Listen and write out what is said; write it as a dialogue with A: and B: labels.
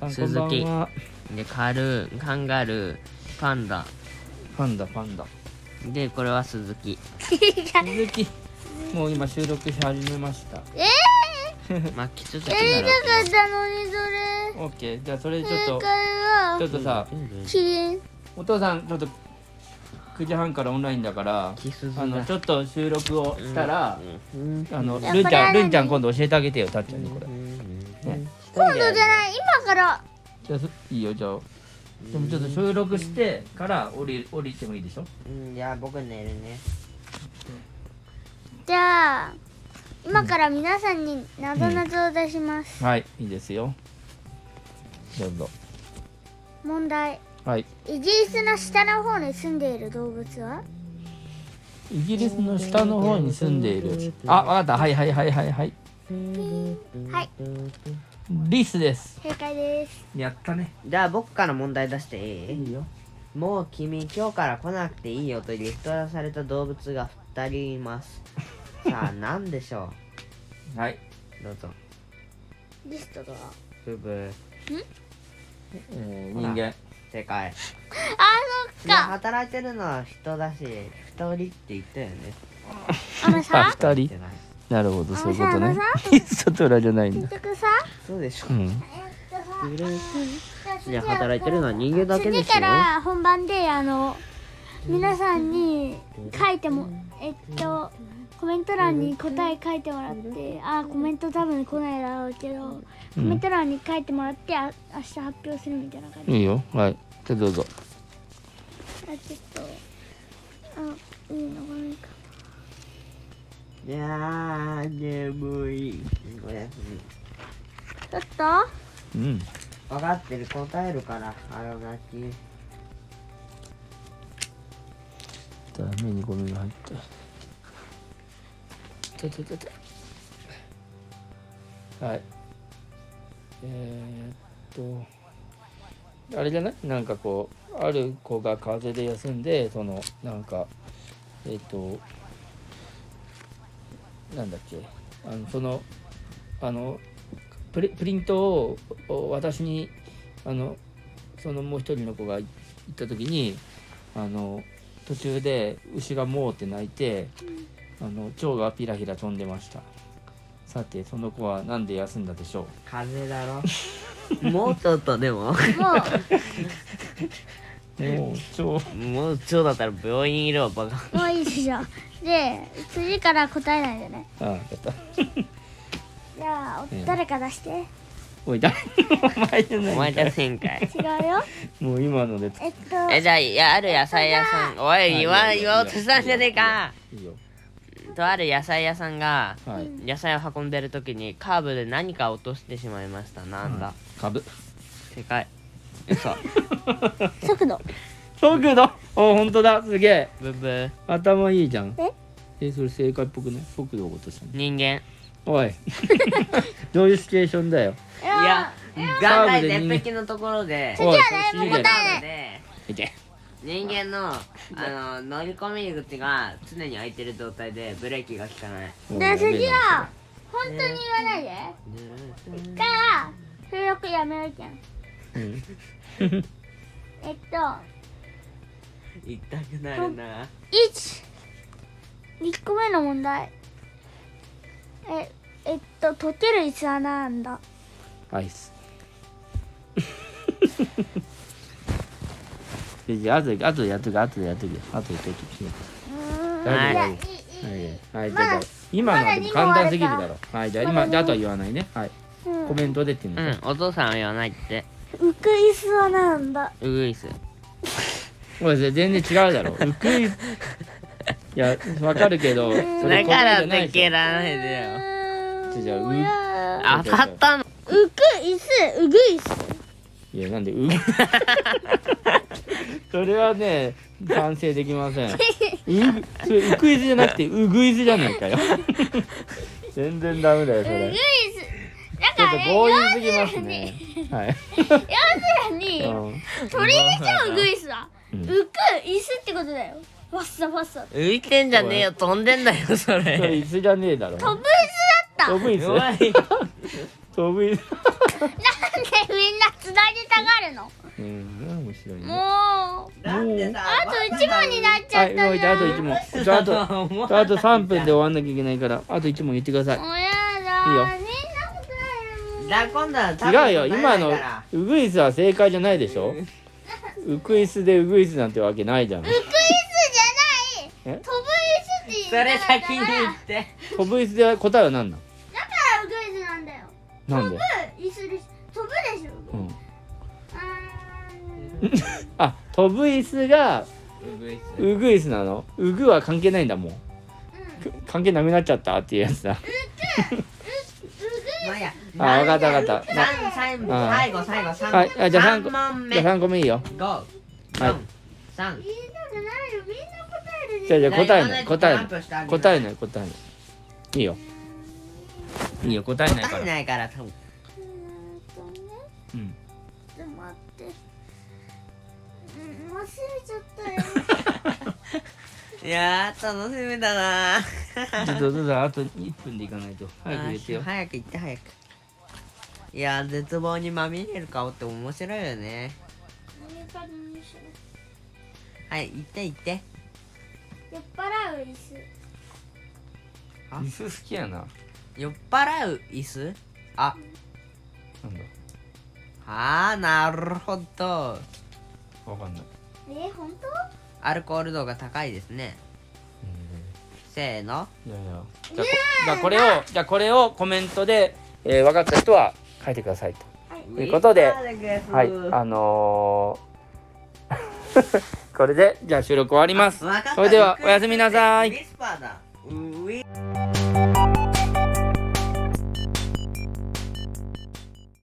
A: こんばんは
B: でカルーカンガルーパンダ
A: パンダパンダ
B: でこれは鈴木
A: 鈴木もう今収録し始めました
C: え
B: まあきつ
C: ー、
B: だ
C: や
B: けだ
C: り
B: ろう
C: たかったのにそれ
A: オッケーじゃあそれちょっ
C: 正
A: と
C: 解は
A: ちょっとさ
B: けどうん
C: キリン
A: お父さんちょっと9時半からオンラインだから
B: キス
A: あ
B: だ
A: のちょっと収録をしたら、
B: うんうん
A: あの
C: や
A: るんちゃん
C: これは何
A: るんちゃん今度教えてあげてよたっちゃんにこれ、ね
C: 今度じゃない今から
A: じゃあそいいよじゃあでもちょっと収録してから降り降りてもいいでしょ
B: うんじゃあ僕寝るね
C: じゃあ今から皆さんになぞなぞを出します、
A: はいいいですよどうぞ
C: 問題
A: はい
C: イギリスの下の方に住んでいる動物は
A: イギリスの下の方に住んでいるあわかったはいはいはいはいはい
C: はい
A: リスです
C: 正解です
A: やったね
B: じゃあ僕から問題出していい
A: いいよ
B: もう君今日から来なくていいよとリストラされた動物が2人 いますさあ何でしょ
A: はい、
B: うどうぞ
C: リストが
B: ブブ
A: えー、
B: ほ
A: 人
B: ら
A: 間
B: 正解
C: あ
B: いや働いてるのは人だし2人って言ったよね
C: あの
A: あ
C: さ
A: 二
B: 言っ
A: 人
B: てない
A: なるほどそういうこと
C: あ
A: ね
C: のさ
A: リスとトラじゃないんだ
C: 結局さ
B: そうでしょ
A: うん
B: いや働いてるのは人間だけですよ
C: 次から本番であの皆さんに書いてもえっとコメント欄に答え書いてもらってあコメント多分来ないだろうけどコメント欄に書いてもらってあ明日発表するみたいな感じ、
A: いいよはいじゃあどうぞ
C: あちょっとあいいのがないか
B: いやー眠いおやすみ
C: ちょっと
A: うん
B: 分かってる答えるからあの泣き
A: ダメにゴミが入ったちょちょちょちょはいえー、っとあれじゃないなんかこうある子が風邪で休んでそのなんかえーっとなんだっけあのそのあのプリプリントをを私にあのそのもう一人の子が行った時にあの途中で牛がもうって鳴いて、あの蝶がピラピラ飛んでましたさてその子はなんで休んだでしょ
B: 風邪だ ろもうちょっとでも
C: もう
A: うもう蝶
B: もうちょっとだったら病院いるわバカ
C: もういいでしょ。で、次から答えないでね。
A: ああやった
C: じゃあ、
A: ええ
C: お誰か出して。違う
A: おい誰お前じゃ
B: お
A: ない
B: 前
A: んだ
B: 出せんかい
C: よ。
A: もう今のでつ
C: えっと、
B: えじゃあいやある野菜屋さんおい言わ言おうとしたんじゃねえか
A: いいよ
B: とある野菜屋さんが
A: はい
B: 野菜を運んでる時にカーブで何か落としてしまいましたなんだ、
A: 株
B: 正解嘘
C: 速度。
A: 速度お本当だすげえ
B: ブブー
A: 頭いいじゃん
C: え
A: えそれ正解っぽくね速度を落としたの
B: 人間
A: お いどういうシチュエーションだよ
B: い
C: い
B: や、元来
A: カーブで人間
B: 絶壁のところで、
A: おい
C: はねもう
A: それ
C: 答え
A: い
C: ない
B: で
A: いけ
B: 人間のあの乗り込み口が常に開いてる状態でブレーキが効かない。
A: おい
C: で、
A: やべ
C: 次
A: えな
C: は、本当に言わないで。じゃあ、収録やめるけん。
A: うん
C: えっと、
B: 行きたくなるな。
C: 1。1個目の問題。え、えっと、溶ける椅子はなんだ
A: アイス。 でじゃあ、あとで、あとでやっとく、あとでやっとく、あとでやっとく。
C: うーん。
A: はいい
C: や、いい、いい。
A: はい、じゃあ
C: まだ、
A: 今のはでも簡単すぎるだ
C: ま
A: ろ。はい、じゃあ、
C: まだ
A: 今、
C: ね
A: じゃあ、あとは言わないね。はい、
C: うん
A: コメントでってみ
B: う
A: まし
B: ん、お父さんは言わないって。
C: 浮く椅子はなんだ
B: ウグイス。
A: ょう。おい、それ全然違うだろ。 うくい。いや、わかるけど、それ
B: だから
A: 答え
B: 抜
A: じゃ
B: け
A: ないでし
B: らないでよ。
C: うーん
A: じゃあう
C: もやー
B: 当たったの。
C: 浮く椅子うぐいす
A: ょいや、なんで、う。それはね、完成できません。う、それ、うくいずじゃなくて、うぐいずじゃねえかよ。全然ダメだよ、そう
C: ぐ
A: れ
C: い。すだ
A: ちょっ
C: か
A: と
C: らね
A: 強引すぎますね。はい。
C: 要するに
A: うん
C: 鳥にしちゃううぐいすは
A: うん
C: 浮く椅子ってことだよわっさわっさ
B: 浮いてんじゃねえよ、飛んでんだよ、そ
A: それ
B: れ。
A: 椅子じゃねえだろ。
C: 飛ぶ椅子だった
A: 飛ぶ椅
B: うま
A: 子。
B: い。
A: 飛ぶ椅子。
C: みんなつなぎたがるの
A: うん面白いね
C: もう
B: なんでさ
C: あと1問になっち
A: は
C: ゃっ
A: い動
C: た
A: い
C: じ
A: てあ
C: ゃん
A: と1問じゃああとあとあと3分で終わんなきゃいけないからあと1問言ってください
C: もうや
A: いいよ
C: だみんな答えるもん
B: じゃあ今度は多分
A: 違うよ
B: 答えな
A: 今
B: いか
A: の
B: ら
A: ウグイスは正解じゃないでしょウグイスでウグイスなんてわけないじゃん
C: 浮く椅子じゃな
A: え
C: い飛ぶ椅子って言い
B: そ
C: た
B: れ
C: かった
B: 先
C: か
B: に
C: らだ
B: 言
C: か
B: って
A: 飛ぶイスで答えは何なん
C: ら浮く椅子なんだよ
A: なんで、
C: 椅子でしょ飛ぶでし
A: う
C: ょ
A: ん、
C: あー
A: あ飛ぶイスがウグイスなのウグは関係ないんだも
C: うん
A: う関係なくなっちゃったっていうやつだ
B: まあいいや
A: あわかったわかったな
B: 三三
A: あー
B: 最後最後三
A: はいあじゃあ三個
B: 三問
A: じゃ
B: 目
A: あ
B: 五
A: 3個目いいよはい
B: 四三
C: 言いたくないよみんな答える
A: じゃあじゃあ答えない
B: じゃあ
A: 答え
B: トランプしてあ
A: な
B: げ
A: い
B: る
A: 答えない答えないいいよいいよ答えないか
B: 答え
A: ら
B: ないから多分
C: う
A: う
C: ーんとね
A: ん
C: ちょっと待ってうん忘れちゃったよ
B: いやー楽しみだな ー
A: ちょっとどうぞあと1分でいかないと早く言ってよ
B: 早く行って早くいやー絶望にまみれる顔って面白いよね
C: 何かにしよ
B: はい行って行って
C: う酔っ払う椅子
B: 早
A: 椅子好きやな
B: 酔っ払う椅子あ
A: なんだ
B: あーなるほど
A: わかんない
C: え本当
B: アルコール度が高いですねせーの
A: いやいやじゃあこじゃあこれをじゃあこれをコメントで、えー、分かった人は書いてくださいとということではいあのー これでじゃあ収録終わります
B: わかった
A: それではおやすみなさい
B: ウィスパーだウィ